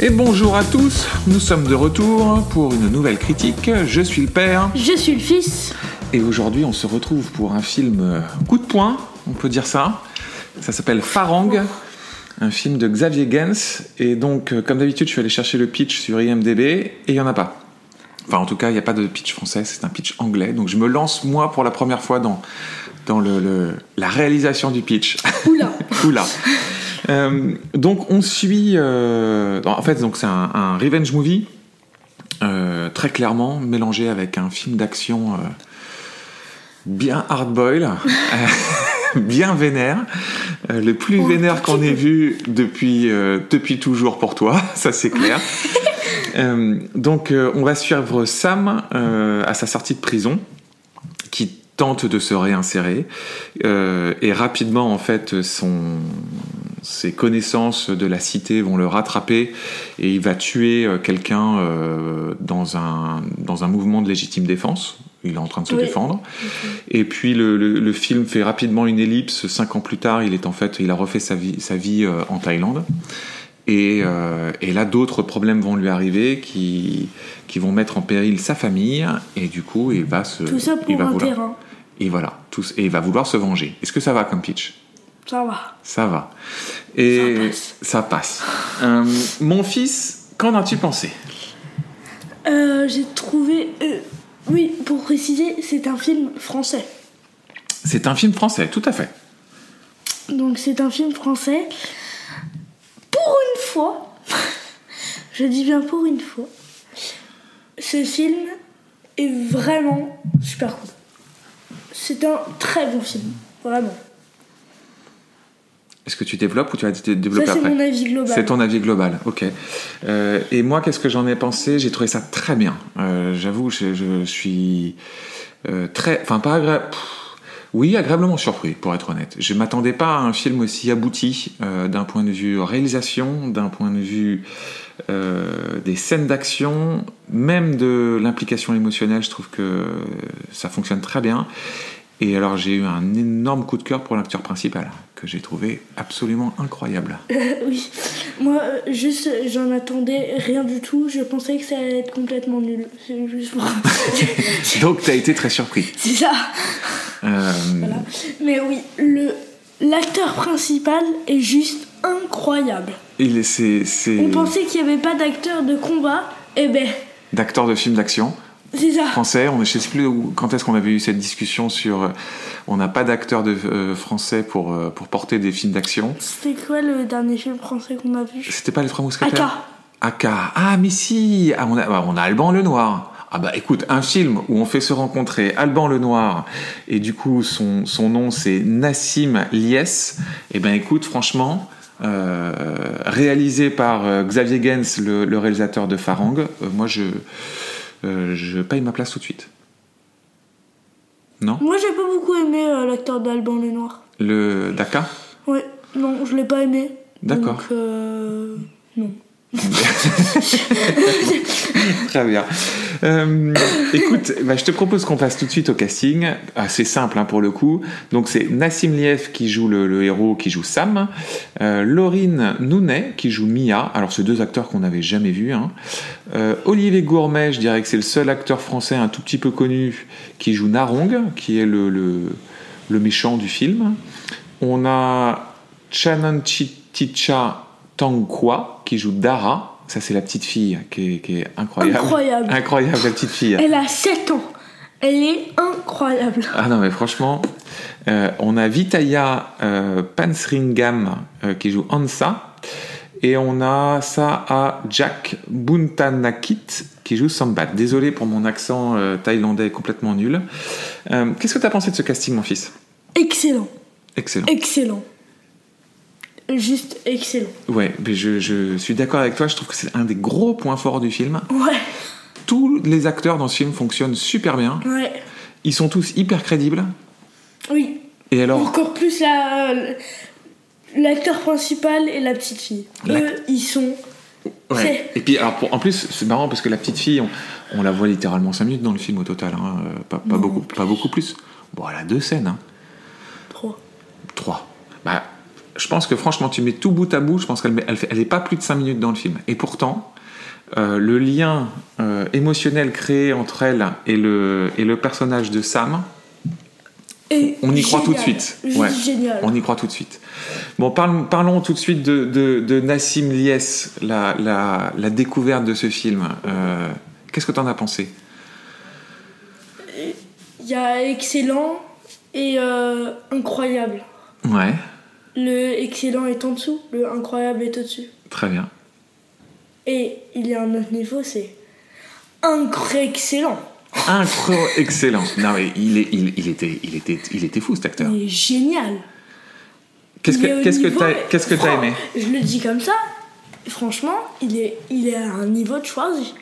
Et bonjour à tous, nous sommes de retour pour une nouvelle critique. Je suis le père Je suis le fils. et aujourd'hui on se retrouve pour un film euh, coup de poing, on peut dire ça. Ça s'appelle Farang, un film de Xavier Gens. Et donc, euh, comme d'habitude, je suis allé chercher le pitch sur IMDb et il n'y en a pas. Enfin, en tout cas, il n'y a pas de pitch français, c'est un pitch anglais. Donc, je me lance moi pour la première fois dans, dans le- le- la réalisation du pitch. Oula. Oula. Euh, donc on suit. euh, en fait, donc c'est un, un revenge movie euh, très clairement mélangé avec un film d'action euh, bien hard boil, bien vénère, Euh, le plus Oh, vénère petit qu'on ait peu. vu depuis euh, depuis toujours pour toi, ça c'est clair. Euh, donc euh, on va suivre Sam euh, à sa sortie de prison qui tente de se réinsérer euh, et rapidement en fait son ses connaissances de la cité vont le rattraper et il va tuer euh, quelqu'un euh, dans un dans un mouvement de légitime défense. Il est en train de se Oui. défendre. Et puis le, le- le film fait rapidement une ellipse. Cinq ans plus tard, il est en fait, il a refait sa vie, sa vie euh, en Thaïlande. Et, euh, et là, d'autres problèmes vont lui arriver qui, qui vont mettre en péril sa famille. Et du coup, il va se. Tout ça Euh, il pour va un vouloir, terrain. Et voilà. Tout, et il va vouloir se venger. Est-ce que ça va comme pitch Ça va. Ça va. Et ça passe. Euh, mon fils, qu'en as-tu pensé Euh, J'ai trouvé. euh, oui, pour préciser, c'est un film français. C'est un film français, tout à fait. Donc c'est un film français. Pour une fois, je dis bien pour une fois, ce film est vraiment super cool. C'est un très bon film, vraiment. Est-ce que tu développes ou tu vas dé- Ça développer c'est après mon avis global. C'est ton avis global, ok. Euh, et moi, qu'est-ce que j'en ai pensé J'ai trouvé ça très bien. Euh, J'avoue, je, je suis euh, très, enfin pas agré- pff, Oui, agréablement surpris, pour être honnête. Je m'attendais pas à un film aussi abouti euh, d'un point de vue réalisation, d'un point de vue euh, des scènes d'action, même de l'implication émotionnelle. Je trouve que ça fonctionne très bien. Et alors j'ai eu un énorme coup de cœur pour l'acteur principal, que j'ai trouvé absolument incroyable. Oui, moi euh, juste euh, j'en attendais rien du tout, je pensais que ça allait être complètement nul. C'est juste pour- Donc t'as été très surpris. C'est ça. Euh, Mais oui, le l'acteur principal est juste incroyable. Il est c'est c'est On pensait qu'il n'y avait pas d'acteur de combat, et ben d'acteur de films d'action c'est ça. français. On ne sais plus où- quand est-ce qu'on avait eu cette discussion sur euh, on n'a pas d'acteur de euh, français pour euh, pour porter des films d'action. C'était quoi le dernier film français qu'on a vu C'était pas les trois AK. mousquetaires. Aka. Ah mais si. Ah, on a bah, on a Alban le Noir. Ah bah écoute, un film où on fait se rencontrer Alban le Noir et du coup son, son nom c'est Nassim Liès. Et ben écoute, franchement, euh, réalisé par euh, Xavier Gens, le, le réalisateur de Farang, euh, moi je, euh, je paye ma place tout de suite. Non Moi j'ai pas beaucoup aimé euh, l'acteur d'Alban le Noir. Le Daka Ouais, non, je l'ai pas aimé. D'accord. Donc, euh, non. Très bien. Euh, écoute, bah, je te propose qu'on passe tout de suite au casting. Assez simple hein, pour le coup. Donc c'est Nassim Lief qui joue le, le héros, qui joue Sam. Euh, Laurine Nounet qui joue Mia. Alors c'est deux acteurs qu'on n'avait jamais vus. hein. Euh, Olivier Gourmet, je dirais que c'est le seul acteur français un tout petit peu connu qui joue Narong, qui est le, le- le méchant du film. On a Chananchiticha Tangkwa qui joue Dara. Ça, c'est la petite fille qui est, qui est incroyable. Incroyable. Incroyable, la petite fille. Elle a 7 ans. Elle est incroyable. Ah non, mais franchement, euh, on a Vitaya euh, Pansringam euh, qui joue Ansa. Et on a ça à Jack Buntanakit qui joue Sambat. Désolé pour mon accent euh, thaïlandais complètement nul. Euh, Qu'est-ce que t'as pensé de ce casting, mon fils Excellent. Excellent. Excellent. Juste excellent. Ouais, mais je, je suis d'accord avec toi. Je trouve que c'est un des gros points forts du film. Ouais. Tous les acteurs dans ce film fonctionnent super bien. Ouais. Ils sont tous hyper crédibles. Oui. Et alors, Encore plus la. euh, L'acteur principal et la petite fille. L'ac- Eux, ils sont. Ouais. Et puis, alors, pour- en plus, c'est marrant parce que la petite fille, on, on la voit littéralement 5 minutes dans le film au total, hein, euh, pas, pas Non, beaucoup, pas beaucoup plus. Bon, elle a deux scènes, hein. Pro. trois. Bah, je pense que franchement, tu mets tout bout à bout, je pense qu'elle n'est elle, fait- elle est pas plus de 5 minutes dans le film. Et pourtant, euh, le lien euh, émotionnel créé entre elle et le, et le personnage de Sam, Et On y croit génial. tout de suite. Juste Ouais. Génial. on y croit tout de suite. Bon, parlons, parlons tout de suite de, de, de Nassim Liès, la, la, la découverte de ce film. Euh, Qu'est-ce que tu en as pensé Il y a excellent et euh, incroyable. Ouais, Le excellent est en dessous, le incroyable est au-dessus. très bien. Et il y a un autre niveau, c'est incroyable excellent. Incroyable, excellent. Non, mais il, est, il, il était, il, était, il était fou cet acteur. Il est génial. Qu'est-ce Il est que au qu'est-ce que niveau- t'as qu'est-ce que t'as Fran- aimé Je le dis comme ça. Franchement, il est, il est à un niveau de Schwarzy.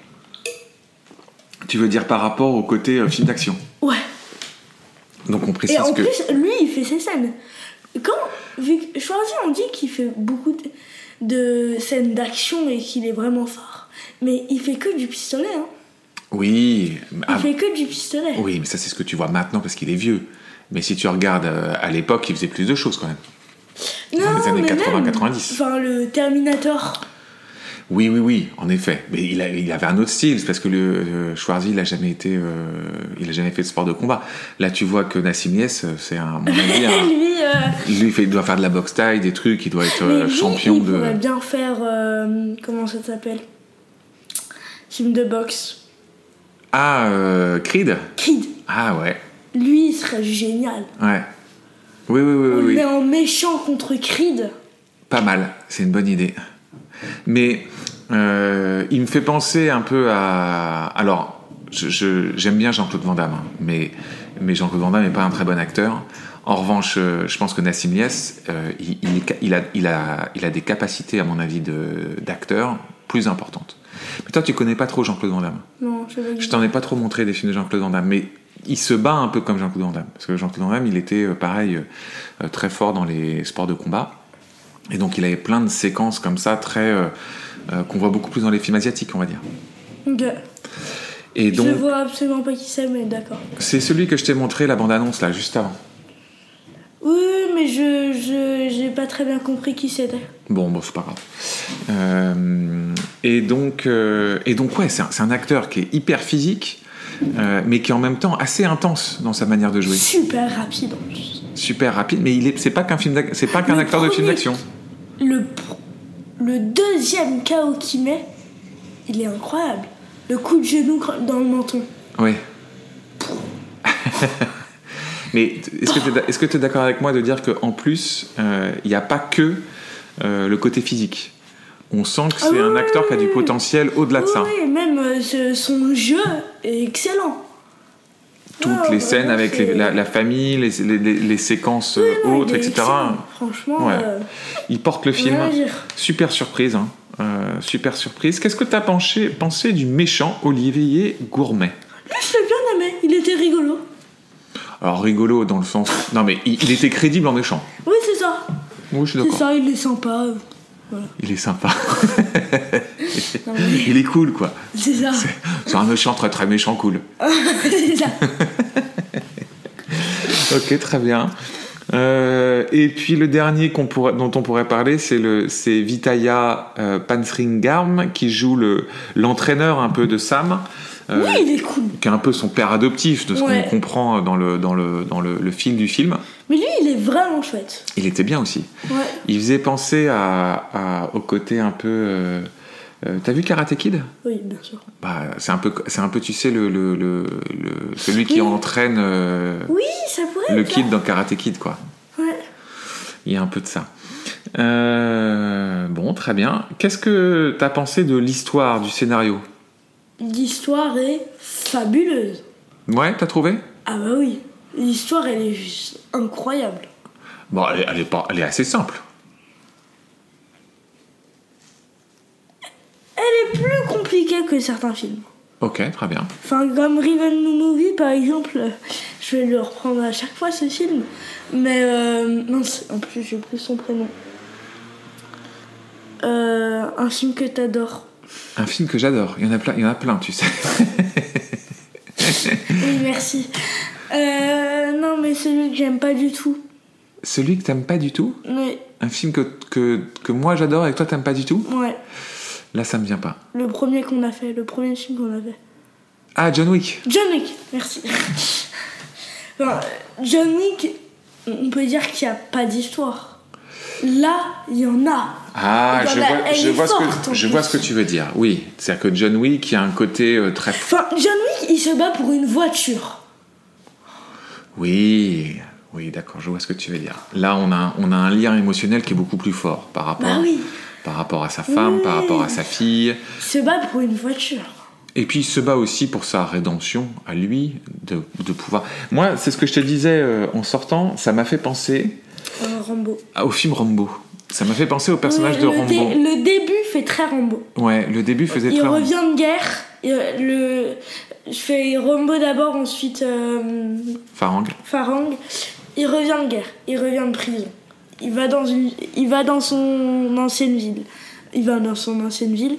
Tu veux dire par rapport au côté euh, film d'action. Ouais. Donc on Et précise en que plus, lui, il fait ses scènes. Quand vu que Schwarzy, on dit qu'il fait beaucoup de, de scènes d'action et qu'il est vraiment fort. Mais il fait que du pistolet. Hein. oui, Il ah, fait que du pistolet. oui, mais ça c'est ce que tu vois maintenant parce qu'il est vieux. Mais si tu regardes euh, à l'époque, il faisait plus de choses quand même. Non, Dans les années mais même- 80-90. Enfin, le Terminator. Oui, oui, oui, en effet. Mais il, a- il avait un autre style, c'est parce que le euh, Schwarzy, il a jamais été, euh, il a jamais fait de sport de combat. Là, tu vois que Nassim Niès, euh, c'est un, à mon avis, un- lui, euh, lui, il fait- il doit faire de la boxe taille, des trucs, il doit être mais euh, lui, champion il de. pourrait bien faire. euh, comment ça s'appelle Film de boxe. Ah, euh, Creed. Creed. Ah ouais, Lui, il serait génial. ouais. Oui, oui, oui, On oui. le oui. met en méchant contre Creed. Pas mal, c'est une bonne idée. Mais euh, il me fait penser un peu à. Alors, je- je- j'aime bien Jean-Claude Van Damme, hein, mais, mais Jean-Claude Van Damme n'est pas un très bon acteur. En revanche, euh, je pense que Nassim Liès, euh, il, il est ca- il a, il, a, il a des capacités, à mon avis, de- d'acteur plus importantes. Mais toi, tu connais pas trop Jean-Claude Van Damme. Non, je veux Je t'en ai pas trop montré des films de Jean-Claude Van Damme, mais il se bat un peu comme Jean-Claude Van Damme. Parce que Jean-Claude Van Damme, il était euh, pareil, euh, euh, très fort dans les sports de combat. Et donc il avait plein de séquences comme ça, très. euh, euh, qu'on voit beaucoup plus dans les films asiatiques, on va dire. Ok. Et Je donc, vois absolument pas qui c'est, mais d'accord. c'est celui que je t'ai montré, la bande-annonce, là, juste avant. Oui, mais je je- j'ai pas très bien compris qui c'était. Bon, bon, c'est pas grave. Euh, et donc, euh, et donc, ouais, c'est un, c'est un acteur qui est hyper physique, euh, mais qui est en même temps assez intense dans sa manière de jouer. Super rapide en plus. Super rapide, mais il est, c'est pas qu'un film, d'ac- c'est pas qu'un Le acteur de film premier- d'action. Le, pr- le deuxième KO qu'il met, il est incroyable. Le coup de genou cr- dans le menton. Oui. Mais t- est-ce que tu es, d'accord avec moi de dire qu'en plus, euh, il n'y a pas que euh, le côté physique On sent que Ah c'est oui, un oui, acteur qui a du oui. potentiel au-delà de ça. Oui, même euh, ce- son jeu est excellent. Toutes Ouais, les bah, scènes avec les- c'est- la, la famille, les, les- les- les séquences euh, Non, il autres, est etc. excellent. Franchement, Ouais. euh, Il porte le film. rien à dire. Super surprise, hein. Euh, super surprise. Qu'est-ce que tu as pensé, pensé du méchant Olivier Gourmet Lui, Ah, je l'ai bien aimé. Il était rigolo. Alors rigolo dans le sens... Non mais il, il était crédible en méchant. Oui, c'est ça. Oui, je suis C'est d'accord. ça, il est sympa. Il est sympa. Non, mais Il est cool, quoi. C'est ça. C'est un méchant très très méchant cool. c'est ça. Ok, très bien. Euh, et puis le dernier qu'on pourrait- dont on pourrait parler, c'est le, c'est Vitaya euh, Pansringham qui joue le, l'entraîneur un peu de Sam, euh, Oui, il est cool. qui est un peu son père adoptif de ce Ouais. qu'on comprend dans le dans le dans le, le fil du film. Mais lui, il est vraiment chouette. Il était bien aussi. Ouais. Il faisait penser à, à- au côté un peu. euh, euh, t'as vu Karate Kid Oui, bien sûr. bah, c'est un peu c'est un peu tu sais le, le, le, le- celui qui Oui. entraîne euh, Oui, ça pourrait le être kid dans Karate Kid quoi. ça. Ouais. Il y a un peu de ça. Euh, bon, très bien. Qu'est-ce que t'as pensé de l'histoire, du scénario L'histoire est fabuleuse. Ouais, t'as trouvé Ah bah oui. L'histoire, elle est juste incroyable. Bon, elle, est- elle est pas, elle est assez simple. Elle est plus compliquée que certains films. Ok, très bien. Enfin, comme Riven No Movie, par exemple, euh, je vais le reprendre à chaque fois, ce film. Mais... Euh, mince, en plus, j'ai plus son prénom. Euh, un film que t'adores. Un film que j'adore. Il y en a plein, il y en a plein, tu sais. Oui, merci. Euh, non, mais celui que j'aime pas du tout. Celui que t'aimes pas du tout Mais Euh, un film que, que, que moi j'adore et que toi t'aimes pas du tout Ouais, Là, ça me vient pas. le premier qu'on a fait, le premier film qu'on a fait. Ah, John Wick John Wick, merci. Enfin, John Wick, on peut dire qu'il n'y a pas d'histoire. Là, il y en a. Ah, Dans je la vois, je, haine vois ce forte, en que, je vois plus. ce que tu veux dire. Oui, c'est-à-dire que John Wick, il y a un côté euh, très... Enfin, John Wick, il se bat pour une voiture. Oui, oui, d'accord, je vois ce que tu veux dire. Là, on a, on a un lien émotionnel qui est beaucoup plus fort par rapport, Bah oui. par rapport à sa femme, par Oui. rapport à sa fille. Il se bat pour une voiture. Et puis il se bat aussi pour sa rédemption à lui de, de pouvoir. Moi, c'est ce que je te disais euh, en sortant, ça m'a fait penser Euh, Rambo. à- au film Rambo. Ça m'a fait penser au personnage Oui, de Euh, le dé- Rambo. le début fait très Rambo. Ouais, le début faisait Il très Rambo. revient de guerre. et, euh, le... Je fais Rambo d'abord, ensuite euh, Farang. Farang. Il revient de guerre. Il revient de prison. Il va dans, une... il va dans son ancienne ville. Il va dans son ancienne ville.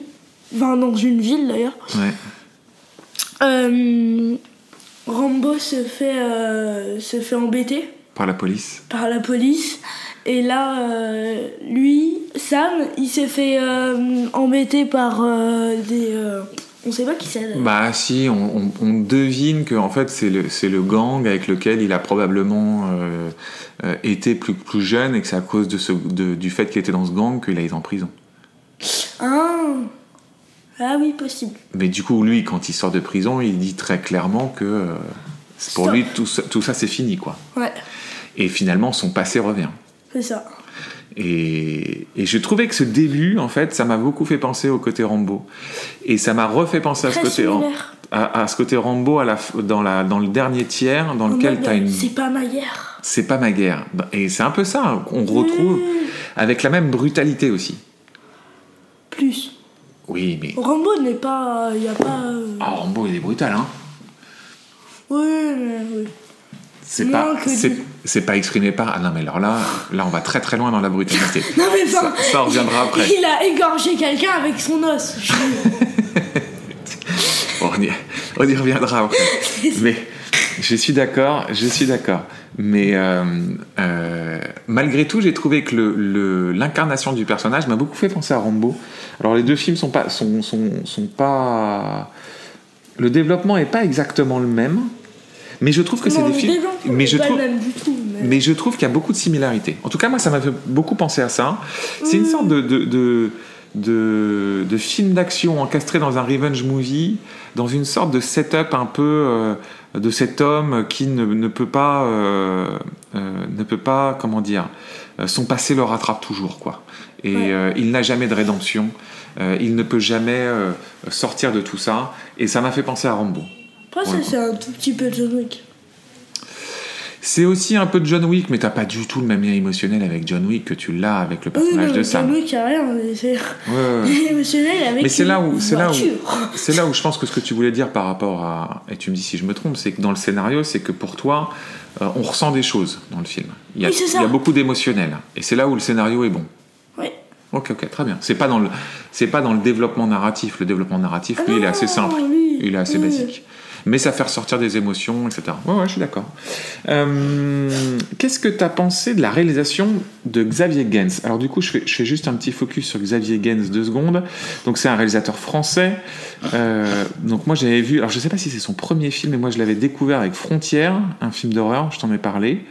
Va dans une ville d'ailleurs. Ouais. Euh, Rambo se fait, euh, se fait embêter Par la police. par la police. Et là, euh, lui, Sam, il s'est fait euh, embêter par euh, des. euh, on sait pas qui c'est. là. Bah si, on, on- on devine que en fait c'est le, c'est le gang avec lequel il a probablement euh, euh, été plus, plus jeune et que c'est à cause de ce, de- du fait qu'il était dans ce gang qu'il a été en prison. Ah. Ah oui, possible. Mais du coup, lui, quand il sort de prison, il dit très clairement que euh, c'est pour Stop. lui, tout ça, tout ça, c'est fini, quoi. Ouais, Et finalement, son passé revient. c'est ça. Et, et je trouvais que ce début, en fait, ça m'a beaucoup fait penser au côté Rambo. Et ça m'a refait penser à ce, Très côté, hein. similaire. à, à ce côté Rambo à la, f- dans, la, dans le dernier tiers, dans En lequel mode, t'as une... C'est pas ma guerre. C'est pas ma guerre. Bah, Et c'est un peu ça qu'on retrouve Mmh, avec la même brutalité aussi. plus. Oui, mais... Rambo n'est pas. Il y a pas. euh, Ah, Rambo, il est brutal, hein Oui, mais oui. C'est pas, Moins que c'est, du- c'est pas exprimé par. Ah non, mais alors là, là, on va très très loin dans la brutalité. Non, mais ça, enfin, ça, on reviendra après. Il a égorgé quelqu'un avec son os. Je- Bon, on, y, on y reviendra après. Mais je suis d'accord, je suis d'accord. Mais euh, euh, malgré tout, j'ai trouvé que le, le- l'incarnation du personnage m'a beaucoup fait penser à Rambo. Alors les deux films sont pas, sont, sont, sont pas. Le développement est pas exactement le même. Mais je trouve que c'est Non, des mais films. déjà, mais je pas trouve. le même du tout. mais- Mais je trouve qu'il y a beaucoup de similarités. En tout cas, moi, ça m'a fait beaucoup penser à ça. C'est Mm. une sorte de, de, de, de- de film d'action encastré dans un revenge movie, dans une sorte de setup un peu euh, de cet homme qui ne, ne peut pas, euh, euh, ne peut pas, comment dire, euh, son passé le rattrape toujours, quoi. Et Ouais. euh, il n'a jamais de rédemption. Euh, il ne peut jamais euh, sortir de tout ça. Et ça m'a fait penser à Rambo. Après, ça, Ouais. c'est un tout petit peu John Wick. C'est aussi un peu de John Wick, mais t'as pas du tout le même lien émotionnel avec John Wick que tu l'as avec le Oui, non, personnage de mais John Sam. Wick, il y a rien. mais C'est Ouais, ouais, ouais. émotionnel avec. Mais c'est là où- une c'est là où- voiture. C'est là où je pense que ce que tu voulais dire par rapport à. Et tu me dis si je me trompe, c'est que dans le scénario, c'est que pour toi, euh, on ressent des choses dans le film. Il y a, Oui, c'est ça. il y a beaucoup d'émotionnel. Et c'est là où le scénario est bon. Ouais. Ok, ok, très bien. C'est pas dans le, c'est pas dans le développement narratif. Le développement narratif, Ah lui, il est non, assez simple. lui, Euh, il est assez oui. basique. Mais ça fait ressortir des émotions, etc. Ouais, ouais, je suis d'accord. Euh, Qu'est-ce que t'as pensé de la réalisation de Xavier Gens Alors, du coup, je fais, je fais juste un petit focus sur Xavier Gens deux secondes. Donc, c'est un réalisateur français. Euh, donc, moi, j'avais vu. Alors, je sais pas si c'est son premier film, mais moi, je l'avais découvert avec Frontières, un film d'horreur. Je t'en ai parlé.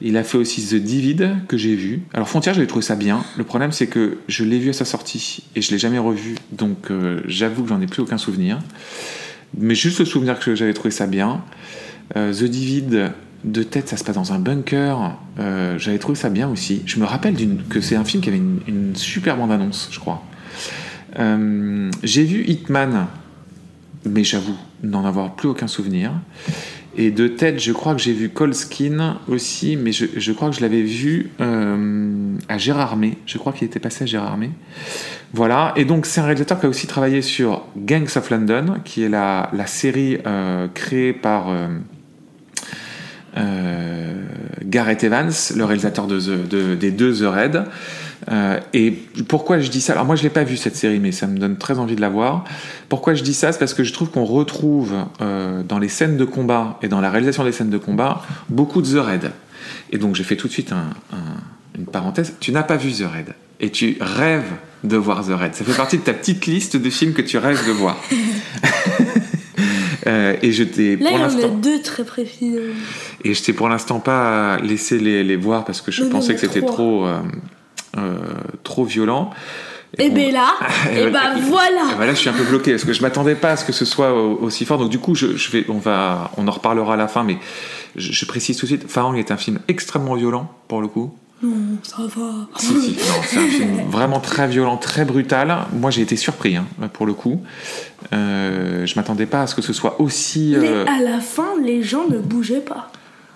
Il a fait aussi The Divide que j'ai vu. Alors Frontière, j'avais trouvé ça bien. Le problème, c'est que je l'ai vu à sa sortie et je l'ai jamais revu. Donc euh, j'avoue que j'en ai plus aucun souvenir. Mais juste le souvenir que j'avais trouvé ça bien. Euh, The Divide, de tête, ça se passe dans un bunker. Euh, j'avais trouvé ça bien aussi. Je me rappelle d'une- que c'est un film qui avait une, une super bande annonce, je crois. Euh, j'ai vu Hitman, mais j'avoue n'en avoir plus aucun souvenir. Et de tête, je crois que j'ai vu Colskin aussi, mais je, je crois que je l'avais vu euh, à Gérardmer. Je crois qu'il était passé à Gérardmer. Voilà. Et donc, c'est un réalisateur qui a aussi travaillé sur Gangs of London, qui est la, la série euh, créée par euh, euh, Gareth Evans, le réalisateur de The- de- des deux The Raid. Euh, et pourquoi je dis ça Alors moi je l'ai pas vu cette série, mais ça me donne très envie de la voir. Pourquoi je dis ça C'est parce que je trouve qu'on retrouve euh, dans les scènes de combat et dans la réalisation des scènes de combat beaucoup de The Raid. Et donc j'ai fait tout de suite un, un- une parenthèse, tu n'as pas vu The Raid. Et tu rêves de voir The Raid. Ça fait partie de ta petite liste de films que tu rêves de voir. Euh, et je t'ai Là, pour il y en a l'instant deux très précis. euh, et je t'ai pour l'instant pas laissé les, les voir parce que je Non, non, pensais que mais c'était trop trop. euh, euh, trop violent. Et bon, Eh ben là, Et et voilà. ben voilà. bah là, je suis un peu bloqué parce que je m'attendais pas à ce que ce soit au- aussi fort. Donc du coup, je, je vais, on va, on en reparlera à la fin, mais je, je précise tout de suite, Farang est un film extrêmement violent pour le coup. Non, ça va. Si, si, non, c'est un film vraiment très violent, très brutal. Moi, j'ai été surpris hein, pour le coup. Euh, je m'attendais pas à ce que ce soit aussi. Mais euh, à la fin, les gens ne bougeaient pas.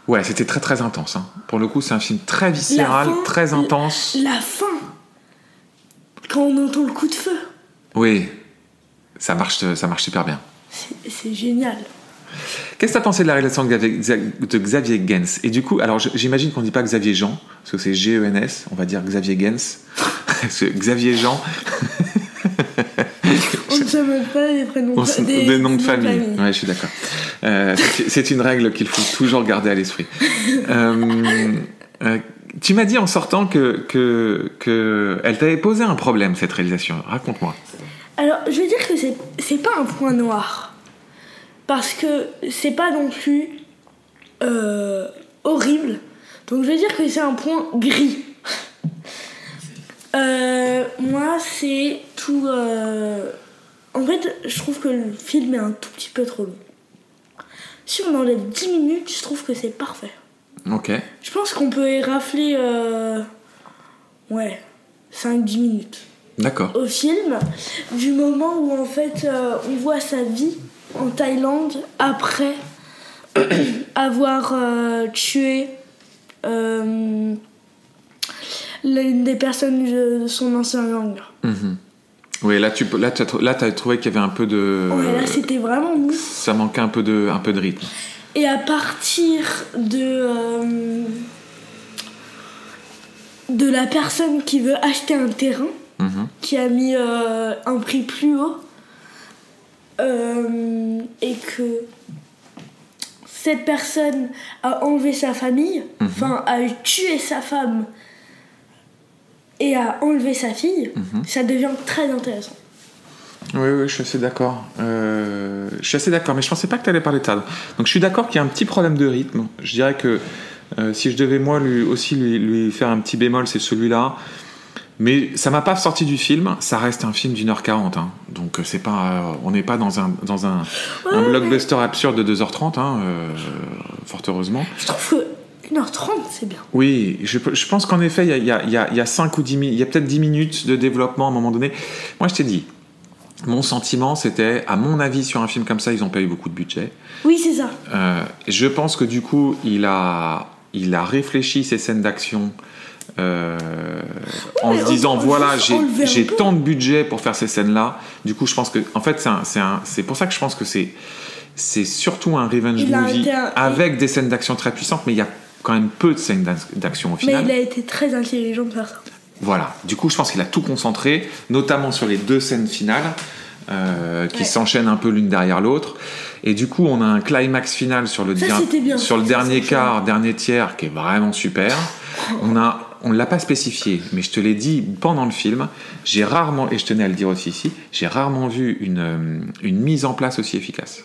Ouais, c'était très très intense. hein. Pour le coup, c'est un film très viscéral, La fin, très la- intense. La fin, quand on entend le coup de feu, Oui, ça marche, ça marche super bien. c'est c'est génial. Qu'est-ce que t'as pensé de la relation de Xavier, de Xavier Gens Et du coup, alors je- j'imagine qu'on dit pas Xavier Jean, parce que c'est G-E-N-S, on va dire Xavier Gens. Parce que Xavier Jean, On ne se moque pas des prénoms on se- des, des noms de des famille. Ouais, je suis d'accord. Euh, c'est- c'est une règle qu'il faut toujours garder à l'esprit. Euh, euh, tu m'as dit en sortant que, que, que elle t'avait posé un problème, cette réalisation. Raconte-moi. Alors, je veux dire que c'est c'est pas un point noir. Parce que c'est pas non plus euh, horrible. Donc, je veux dire que c'est un point gris. Euh, moi, c'est tout. euh, En fait, je trouve que le film est un tout petit peu trop long. Si on enlève 10 minutes, je trouve que c'est parfait. Ok. Je pense qu'on peut érafler. euh, Ouais, 5-10 minutes D'accord. au film du moment où en fait euh, on voit sa vie en Thaïlande après avoir euh, tué euh, l'une des personnes de, de son ancien gang. Mhm. Oui, là tu peux- là tu as, tr- là, t'as trouvé qu'il y avait un peu de Ouais, là c'était vraiment mou. ça manquait un peu de un peu de rythme. Et à partir de euh, de la personne qui veut acheter un terrain, Mhm. qui a mis euh, un prix plus haut euh, et que cette personne a enlevé sa famille, Mhm. enfin a tué sa femme et a enlevé sa fille, Mhm. ça devient très intéressant. Oui, oui, je suis assez d'accord. Euh, je suis assez d'accord, mais je pensais pas que tu allais parler de ça. Donc je suis d'accord qu'il y a un petit problème de rythme. Je dirais que euh, si je devais moi lui, aussi lui, lui faire un petit bémol, c'est celui-là. Mais ça m'a pas sorti du film. Ça reste un film d'une heure quarante. hein. Donc euh, c'est pas, euh, on n'est pas dans un dans un, un Ouais, blockbuster absurde de 2h30, hein, euh, fort heureusement. Je trouve que 1h30 c'est bien. Oui, je, pe- je pense qu'en effet, il y a, il y a- il y a- il y a cinq ou 10 minutes, il y a peut-être 10 minutes de développement à un moment donné. Moi, je t'ai dit, mon sentiment, c'était, à mon avis, sur un film comme ça, ils n'ont pas eu beaucoup de budget. Oui c'est ça. Euh, je pense que du coup, il a, il a réfléchi ses scènes d'action euh, en mais se on- disant on peut voilà, juste j'ai- enlever un j'ai peu. tant de budget pour faire ces scènes-là. Du coup, je pense que, en fait, c'est un- c'est un- c'est pour ça que je pense que c'est c'est surtout un revenge Il a movie été un- avec des scènes d'action très puissantes, mais il y a quand même peu de scènes d'ac- d'action au Mais final. il a été très intelligent de faire ça. Voilà. Du coup, je pense qu'il a tout concentré, notamment sur les deux scènes finales euh, qui Ouais. s'enchaînent un peu l'une derrière l'autre. Et du coup, on a un climax final sur le, Ça, dir- c'était bien. sur le Ça, dernier c'était bien. quart, dernier tiers, qui est vraiment super. On a on l'a pas spécifié, mais je te l'ai dit pendant le film. J'ai rarement, et je tenais à le dire aussi ici, j'ai rarement vu une, euh, une mise en place aussi efficace.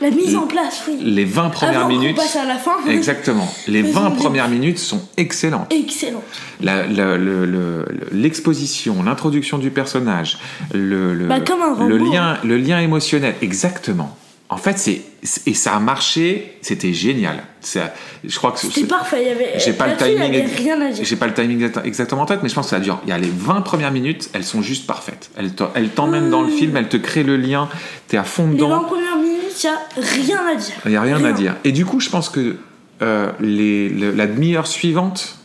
La mise Le- en place, oui. Les 20 premières Avant qu'on minutes. passe à la fin. Exactement. Les Faisons 20 bien. premières minutes sont excellentes. Excellent. La- la- le- le- l'exposition, l'introduction du personnage, le, le, Bah, comme un Rambo, le lien, le lien émotionnel, exactement. En fait, c'est c'est- et ça a marché, c'était génial. Ça- je crois que C'était c'est- parfait. Il y avait. j'ai pas le là-dessus, il y timing, avait rien à dire. j'ai pas le timing exact- exactement en tête, mais je pense que ça dure. Il y a les 20 premières minutes, elles sont juste parfaites. Elles te- elles t'emmènent dans le Oui. film, elles te créent le lien, t'es à fond Les 20 dedans. premières minutes, il a rien à dire. Il n'y a rien, à Rien. dire. Et du coup, je pense que euh, les, le- la demi-heure suivante,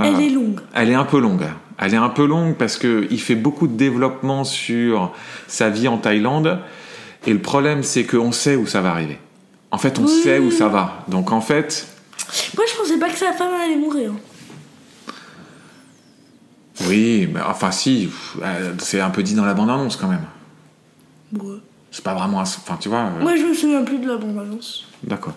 euh, Elle est longue. Elle est un peu longue. Elle est un peu longue parce que il fait beaucoup de développement sur sa vie en Thaïlande. Et le problème, c'est qu'on sait où ça va arriver. En fait, on Oui. sait où ça va. Donc, en fait, Moi, je pensais pas que sa femme allait mourir. oui, mais enfin, si, euh, c'est un peu dit dans la bande-annonce quand même. Bon, euh, C'est pas vraiment. un- Enfin, tu vois. euh, Moi, je me souviens plus de la bande-annonce. D'accord.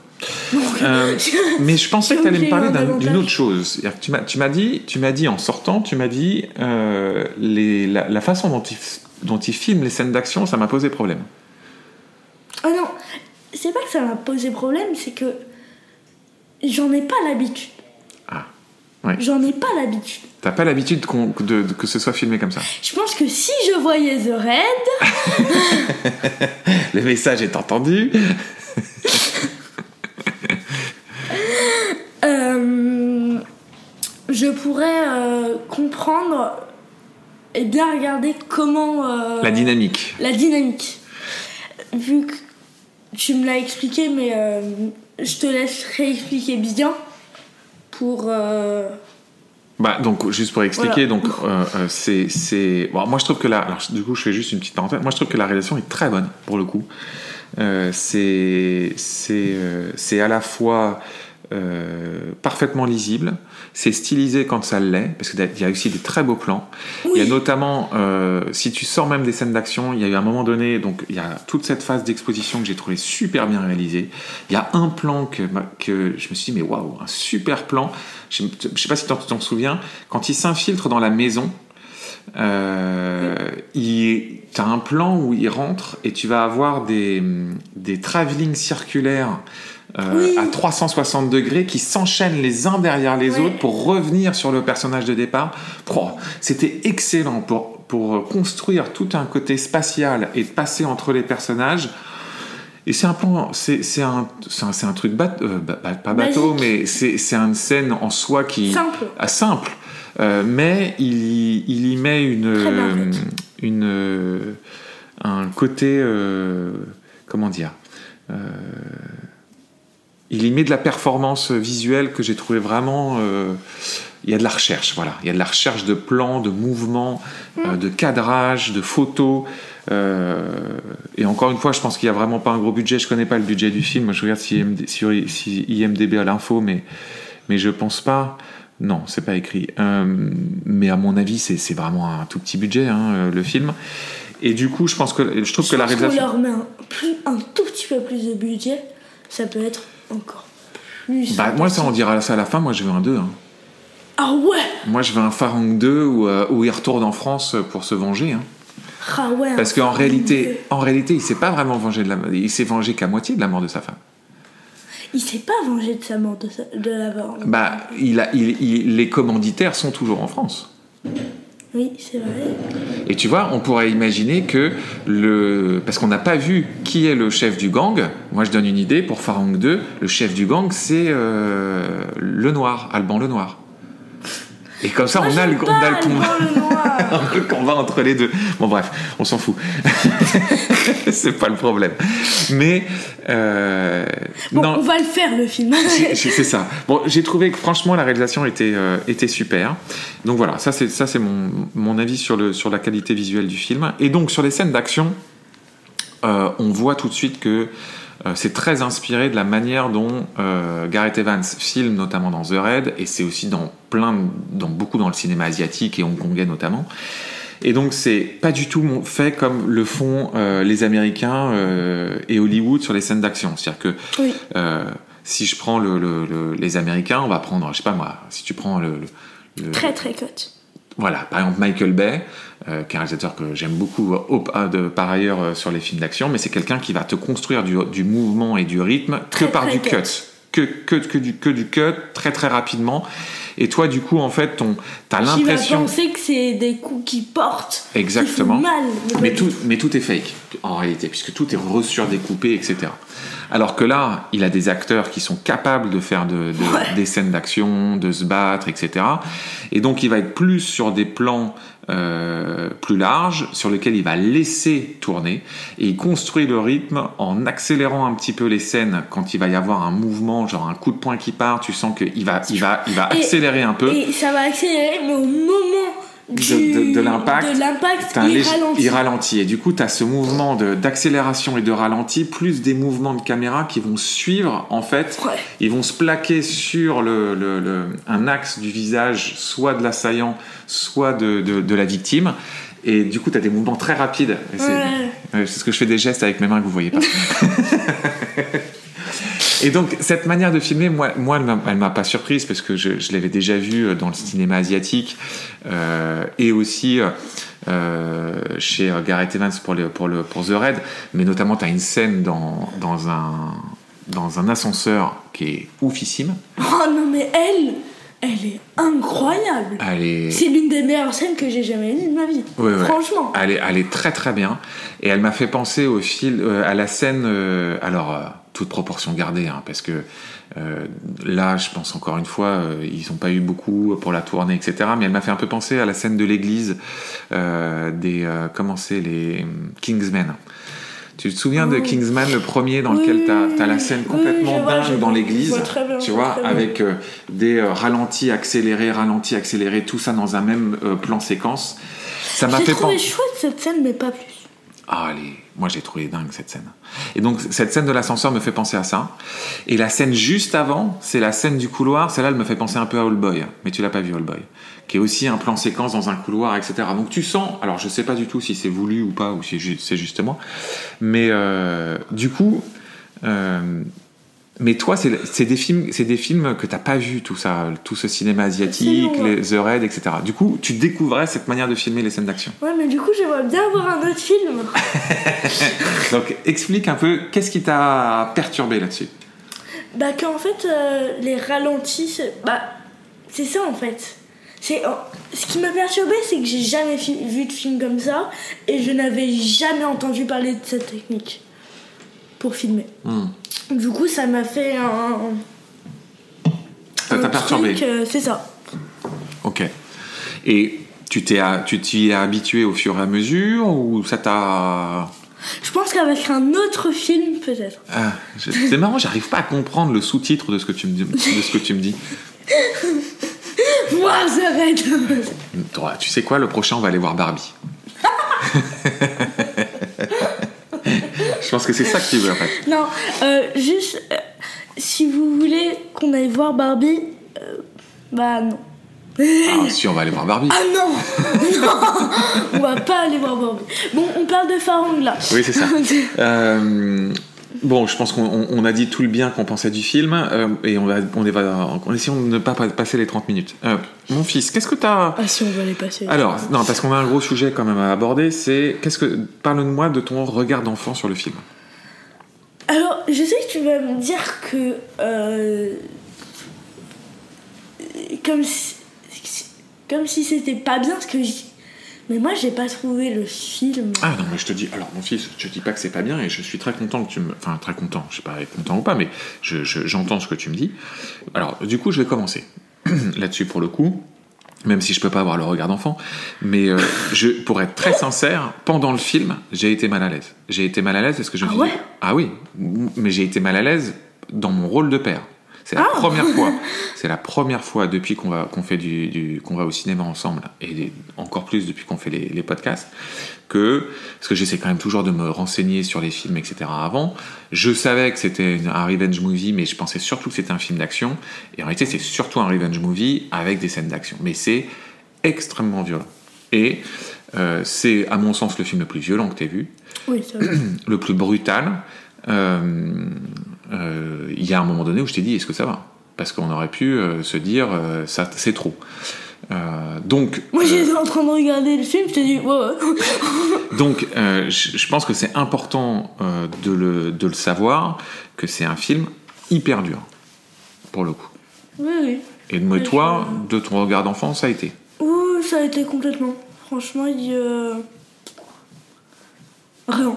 Donc, Euh, mais je pensais que tu allais me J'ai parler eu un d'un- avantage. d'une autre chose. C'est-à-dire que Tu m'as, tu m'as dit, tu m'as dit en sortant, tu m'as dit euh, les- la, la façon dont ils dont il filment les scènes d'action, ça m'a posé problème. Ah non, c'est pas que ça m'a posé problème, c'est que j'en ai pas l'habitude. Ah, J'en ai pas l'habitude. t'as pas l'habitude qu'on- de, de- que ce soit filmé comme ça. Je pense que si je voyais The Red, Le message est entendu. euh, je pourrais euh, comprendre et bien regarder comment. euh, La dynamique. la dynamique. Vu que tu me l'as expliqué, mais euh, je te laisse réexpliquer bien pour. euh, Bah, donc, juste pour expliquer, donc, euh, euh, c'est. c'est- bon, moi, je trouve que la. Alors, du coup, je fais juste une petite parenthèse. Moi, je trouve que la réalisation est très bonne, pour le coup. Euh, c'est. C'est euh, c'est à la fois. euh, parfaitement lisible, c'est stylisé quand ça l'est, parce qu'il y a aussi des très beaux plans. Il y a Oui. notamment, euh, si tu sors même des scènes d'action, il y a eu un moment donné, donc il y a toute cette phase d'exposition que j'ai trouvé super bien réalisée. Il y a un plan que, ma- que je me suis dit, mais waouh, un super plan. Je ne sais pas si tu t'en souviens, quand il s'infiltre dans la maison, euh, il- t'as un plan où il rentre et tu vas avoir des, des travelling circulaires euh, Oui. à 360 degrés qui s'enchaînent les uns derrière les Ouais. autres pour revenir sur le personnage de départ. Oh, C'était excellent pour, pour euh, construire tout un côté spatial et de passer entre les personnages. Et c'est un plan, c'est c'est un, c'est un, c'est un truc bate- euh, ba- ba- pas bateau, mais c'est c'est une scène en soi qui Simple. ah, simple, Euh, mais il y, il y met une, Très bien euh, fait. une euh, un côté euh, comment dire. Euh, il y met de la performance visuelle que j'ai trouvé vraiment. euh, il y a de la recherche, voilà. Il y a de la recherche de plans, de mouvements, Mm. euh, de cadrage, de photos. Euh, et encore une fois, je pense qu'il n'y a vraiment pas un gros budget. Je connais pas le budget du film. Je regarde si, IMD sur, si IMDB a l'info, mais, mais je pense pas. Non, c'est pas écrit. Euh, mais à mon avis, c'est c'est vraiment un tout petit budget, hein, euh, le film. Et du coup, je pense que je trouve que la Je pense qu'on réalisation. leur met un, plus- un tout petit peu plus de budget, ça peut être encore plus. Bah, moi, ça, on dira ça à la fin. Moi, je veux un 2. hein. Ah ouais Moi, je veux un Farang 2 où, euh, où il retourne en France pour se venger. hein. Ah ouais Parce qu'en réalité, en réalité, il s'est pas vraiment vengé de la Il s'est vengé qu'à moitié de la mort de sa femme. Il s'est pas vengé de sa mort, de, sa- de la mort. Bah, il a, il- il- les commanditaires sont toujours en France. Oui, c'est vrai. Et tu vois, on pourrait imaginer que le. Parce qu'on n'a pas vu qui est le chef du gang. Moi, je donne une idée pour Farang 2. Le chef du gang, c'est euh, le noir, Alban le noir. Et comme ça, Moi, on, a j'aime le, on pas a le combat. Alban le Noir. le combat entre les deux. Bon, bref, on s'en fout. c'est pas le problème. Mais. euh, Bon, non, on va le faire le film. j'ai- j'ai- c'est ça. Bon, j'ai trouvé que franchement, la réalisation était, euh, était super. Donc voilà, ça, c'est ça, c'est mon, mon avis sur, le, sur la qualité visuelle du film. Et donc, sur les scènes d'action, euh, on voit tout de suite que. euh, C'est très inspiré de la manière dont euh, Gareth Evans filme, notamment dans The Raid, et c'est aussi dans plein, de- dans beaucoup dans le cinéma asiatique et hongkongais notamment. Et donc, c'est pas du tout mon- fait comme le font euh, les Américains euh, et Hollywood sur les scènes d'action. C'est-à-dire que Oui. euh, si je prends le, le- le- les Américains, on va prendre, je sais pas moi, si tu prends le. le- le- Très très cote. Voilà, par exemple Michael Bay, euh, qui est un réalisateur que j'aime beaucoup au- ah, de- par ailleurs euh, sur les films d'action, mais c'est quelqu'un qui va te construire du, du mouvement et du rythme que Très, par très du cut. cut. Que, que, que du, que du cut, très très rapidement. Et toi, du coup, en fait, ton- t'as Qui va l'impression. penser que c'est des coups qui portent. qui Exactement. font mal. Mais tout, mais tout est fake, en réalité, puisque tout est resurdécoupé, etc. Alors que là, il a des acteurs qui sont capables de faire de- de- Ouais. des scènes d'action, de se battre, etc. Et donc, il va être plus sur des plans euh, plus larges, sur lesquels il va laisser tourner, et il construit le rythme en accélérant un petit peu les scènes quand il va y avoir un mouvement, genre un coup de poing qui part, tu sens qu'il va, il va, il va Et- accélérer un peu. Et ça va accélérer, mais au moment du- de- de l'impact, de l'impact, T'as un il léger- ralentit. il ralentit. Et du coup, tu as ce mouvement de- d'accélération et de ralenti, plus des mouvements de caméra qui vont suivre, en fait. Ouais. Ils vont se plaquer sur le, le- le- un axe du visage, soit de l'assaillant, soit de, de- de la victime. Et du coup, tu as des mouvements très rapides. Et c'est Ouais. Ouais, Euh, c'est ce que je fais des gestes avec mes mains que vous voyez pas. Et donc, cette manière de filmer, moi, moi elle m'a- elle m'a pas surprise parce que je, je l'avais déjà vue euh, dans le cinéma asiatique euh, et aussi euh, euh, chez euh, Gareth Evans pour, le, pour, le, pour The Raid. Mais notamment, tu as une scène dans, dans, un, dans un ascenseur qui est oufissime. Oh non, mais elle, elle est incroyable. Elle est- C'est l'une des meilleures scènes que j'ai jamais vues de ma vie. Ouais, ouais. Franchement. Elle est, elle est très très bien et elle m'a fait penser au fil, euh, à la scène. euh, alors euh, toute proportion gardée, hein, parce que euh, là, je pense encore une fois, euh, ils n'ont pas eu beaucoup pour la tournée, etc. Mais elle m'a fait un peu penser à la scène de l'église euh, des euh, comment c'est les hum, Kingsmen. Tu te souviens de Oh. Kingsman, le premier, dans Oui, lequel tu oui, as, la oui. scène Oui, complètement je vois, je dingue dans vois. Je l'église, vois très bien, tu je vois vois, très bien. avec euh, des euh, ralentis, accélérés, ralentis, accélérés, tout ça dans un même euh, plan séquence. Ça m'a J'ai fait trouvé penser. chouette cette scène, mais pas plus. Ah, elle est- moi j'ai trouvé dingue cette scène. Et donc cette scène de l'ascenseur me fait penser à ça. Et la scène juste avant, c'est la scène du couloir. Celle-là, elle me fait penser un peu à Old Boy. Mais tu l'as pas vu, Old Boy. Qui est aussi un plan séquence dans un couloir, etc. Donc tu sens, alors je sais pas du tout si c'est voulu ou pas, ou si ju- c'est justement. Mais euh, du coup, euh, mais toi, c'est c'est des films, c'est des films que t'as pas vu tout ça, tout ce cinéma asiatique, Absolument. les, The Raid, etc. Du coup, tu découvrais cette manière de filmer les scènes d'action. Ouais, mais du coup, j'aimerais bien voir un autre film. Donc explique un peu qu'est-ce qui t'a perturbé là-dessus. Bah qu'en fait, euh, les ralentis, c'est- bah c'est ça en fait. C'est oh, ce qui m'a perturbé, c'est que j'ai jamais fi- vu de film comme ça et je n'avais jamais entendu parler de cette technique pour filmer. Hmm. Du coup, ça m'a fait un. Ça t'a un perturbé. truc, euh, c'est ça. Ok. Et tu t'es tu t'y es habitué au fur et à mesure ou ça t'a Je pense qu'avec un autre film, peut-être. Ah, je- C'est marrant, j'arrive pas à comprendre le sous-titre de ce que tu me dis. De ce que tu me dis. Wow, The Raid Toi, tu sais quoi, le prochain on va aller voir Barbie. je pense que c'est ça que tu veux en fait. Non, euh, juste, euh, si vous voulez qu'on aille voir Barbie, euh, bah non. Ah si, on va aller voir Barbie. Ah non Non On va pas aller voir Barbie. Bon, on parle de Farang là. Oui, c'est ça. Euh, bon, je pense qu'on on- on a dit tout le bien qu'on pensait du film euh, et on va, on est- va, en essayant de ne pas pa- passer les 30 minutes. Euh, mon fils, qu'est-ce que t'as ah si, on va les passer. Alors, non, parce qu'on a un gros sujet quand même à aborder. C'est qu'est-ce que parle-moi de ton regard d'enfant sur le film. Alors, je sais que tu vas me dire que. euh, comme si. Comme si c'était pas bien ce que je dis. Mais moi, j'ai pas trouvé le film. Ah non, mais je te dis, alors mon fils, je te dis pas que c'est pas bien et je suis très content que tu me. Enfin, très content, je sais pas content ou pas, mais je- je- j'entends ce que tu me dis. Alors, du coup, je vais commencer là-dessus pour le coup, même si je peux pas avoir le regard d'enfant, mais euh, je, pour être très sincère, pendant le film, j'ai été mal à l'aise. J'ai été mal à l'aise parce que je me Ah suis dit- ouais Ah oui, mais j'ai été mal à l'aise dans mon rôle de père. C'est la Ah première fois. C'est la première fois depuis qu'on va qu'on fait du, du- qu'on va au cinéma ensemble et des- encore plus depuis qu'on fait les, les podcasts que parce que j'essaie quand même toujours de me renseigner sur les films etc avant. Je savais que c'était une- un revenge movie mais je pensais surtout que c'était un film d'action et en réalité c'est surtout un revenge movie avec des scènes d'action mais c'est extrêmement violent et euh, c'est à mon sens le film le plus violent que tu vu Oui, ça va. le plus brutal, euh, euh, il y a un moment donné où je t'ai dit est-ce que ça va Parce qu'on aurait pu euh, se dire euh, ça c'est trop. Euh, donc, Moi, euh, j'étais en train de regarder le film, je t'ai dit, ouais, ouais. donc euh, je je pense que c'est important euh, de, le, de le savoir que c'est un film hyper dur pour le coup. Oui, oui. Et de- mais Oui, toi, de ton regard d'enfant, ça a été. Ouh, ça a été complètement. Franchement, il. euh, Rien.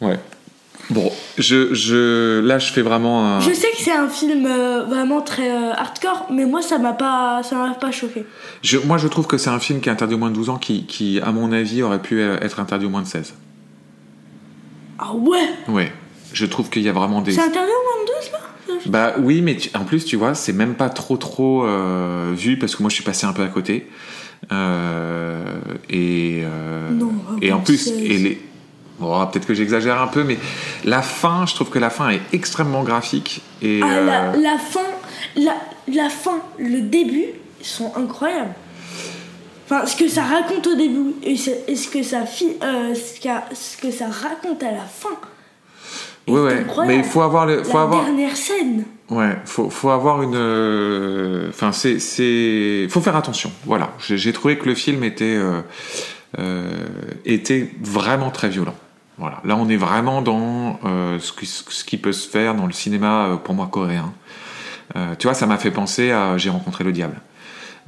Ouais. Bon, je, je, là, je fais vraiment un. Je sais que c'est un film euh, vraiment très euh, hardcore, mais moi ça m'a pas, ça m'a pas choqué. Je- moi, je trouve que c'est un film qui est interdit aux moins de 12 ans, qui, qui, à mon avis, aurait pu euh, être interdit aux moins de 16. Ah ouais Ouais. Je trouve qu'il y a vraiment des. C'est interdit au moins de 12 là Bah oui, mais tu- en plus, tu vois, c'est même pas trop trop euh, vu parce que moi je suis passé un peu à côté. Euh, et euh, Non, et en vraiment, plus, c'est- et les. Bon, peut-être que j'exagère un peu, mais la fin, je trouve que la fin est extrêmement graphique. Et, Ah la, euh, la fin, la, la fin, le début ils sont incroyables. Enfin, ce que ça raconte au début et ce, et ce que ça fi- euh, ce, qu'a- ce que ça raconte à la fin. Ouais, C'est ouais. incroyable. Mais il faut avoir le, faut la avoir, dernière scène. ouais, faut, faut avoir une, euh, enfin, c'est, c'est, faut faire attention. Voilà. J'ai j'ai trouvé que le film était, euh, euh, était vraiment très violent. Voilà. Là, on est vraiment dans euh, ce, qui, ce qui peut se faire dans le cinéma, euh, pour moi, coréen. Euh, tu vois, ça m'a fait penser à J'ai rencontré le diable.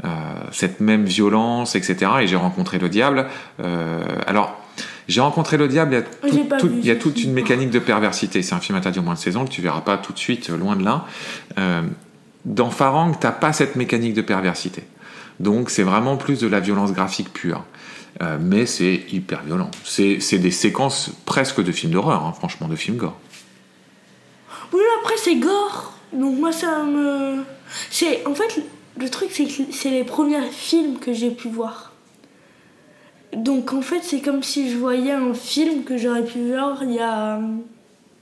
Euh, cette même violence, etc. Et j'ai rencontré le diable. Euh, alors, j'ai rencontré le diable, il y a, J'ai tout- pas tout- vu il y a ce toute film. une mécanique de perversité. C'est un film interdit au moins de 16 ans que tu verras pas tout de suite, euh, loin de là. Euh, dans Farang, t'as pas cette mécanique de perversité. Donc, c'est vraiment plus de la violence graphique pure. Euh, mais c'est hyper violent. C'est c'est des séquences presque de films d'horreur, hein, franchement, de films gore. Oui, mais après c'est gore. Donc moi ça me c'est en fait le truc c'est que c'est les premiers films que j'ai pu voir. Donc en fait, c'est comme si je voyais un film que j'aurais pu voir il y a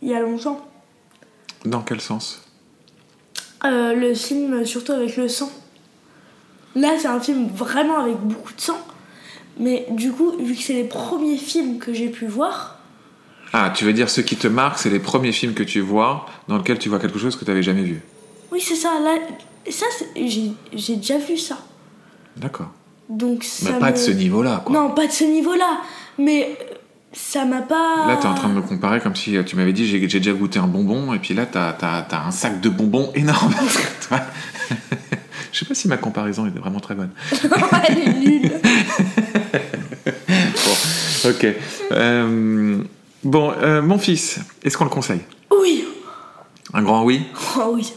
il y a longtemps. Dans quel sens Euh, le film euh, surtout avec le sang. Là, c'est un film vraiment avec beaucoup de sang. Mais du coup, vu que c'est les premiers films que j'ai pu voir, Ah, tu veux dire ce qui te marque, c'est les premiers films que tu vois dans lesquels tu vois quelque chose que tu n'avais jamais vu. oui, c'est ça. Là, ça, c'est- j'ai j'ai déjà vu ça. D'accord. Donc ça. Mais pas me- de ce niveau-là, quoi. Non, pas de ce niveau-là. Mais euh, ça m'a pas. Là, t'es en train de me comparer comme si euh, tu m'avais dit j'ai j'ai déjà goûté un bonbon, et puis là, t'as as, un sac de bonbons énorme. Tu vois Je sais pas si ma comparaison est vraiment très bonne. Elle est nulle. Bon, ok. Euh, bon, euh, mon fils, est-ce qu'on le conseille Oui. Un grand oui. Oh oui.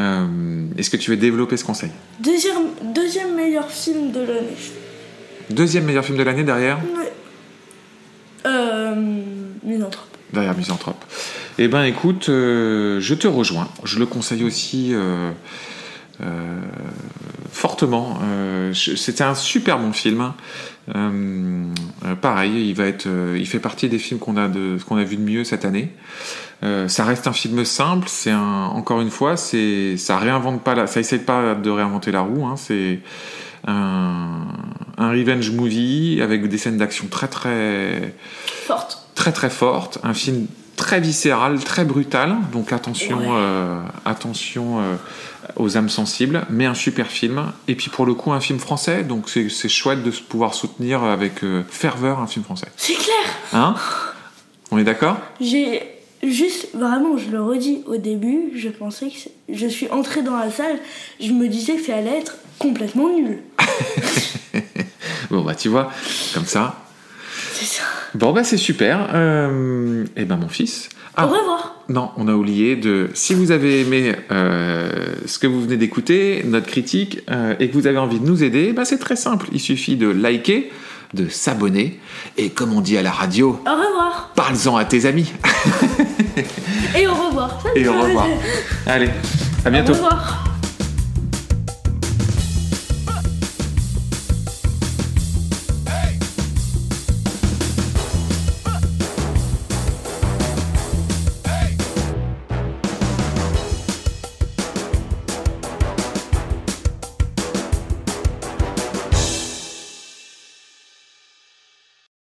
Euh, est-ce que tu veux développer ce conseil Deuxième, deuxième meilleur film de l'année. Deuxième meilleur film de l'année derrière Ouais. Euh. Misanthrope. derrière Misanthrope. Eh ben écoute, euh, je te rejoins. Je le conseille aussi euh, euh, fortement. Euh, je- C'était un super bon film. Euh, euh, pareil, il va être, euh, il fait partie des films qu'on a de, qu'on a vu de mieux cette année. Euh, ça reste un film simple. C'est un, encore une fois, c'est, ça réinvente pas la, ça essaie pas de réinventer la roue. hein, c'est un, un revenge movie avec des scènes d'action très très Forte. très très forte, un film très viscéral, très brutal, donc attention, Ouais. euh, attention euh, aux âmes sensibles, mais un super film. Et puis pour le coup, un film français, donc c'est c'est chouette de se pouvoir soutenir avec euh, ferveur un film français. C'est clair. Hein On est d'accord J'ai juste, vraiment, je le redis, au début, je pensais que c'est- je suis entrée dans la salle, je me disais que ça allait être complètement nul. Bon bah tu vois, comme ça. C'est ça. Bon bah c'est super. Euh, et ben mon fils. Ah, Au revoir. Non, on a oublié de. Si vous avez aimé euh, ce que vous venez d'écouter, notre critique, euh, et que vous avez envie de nous aider, bah, c'est très simple. Il suffit de liker, de s'abonner, et comme on dit à la radio, Au revoir. parle-en à tes amis. Et au revoir. Et au revoir. Allez, à bientôt. Au revoir.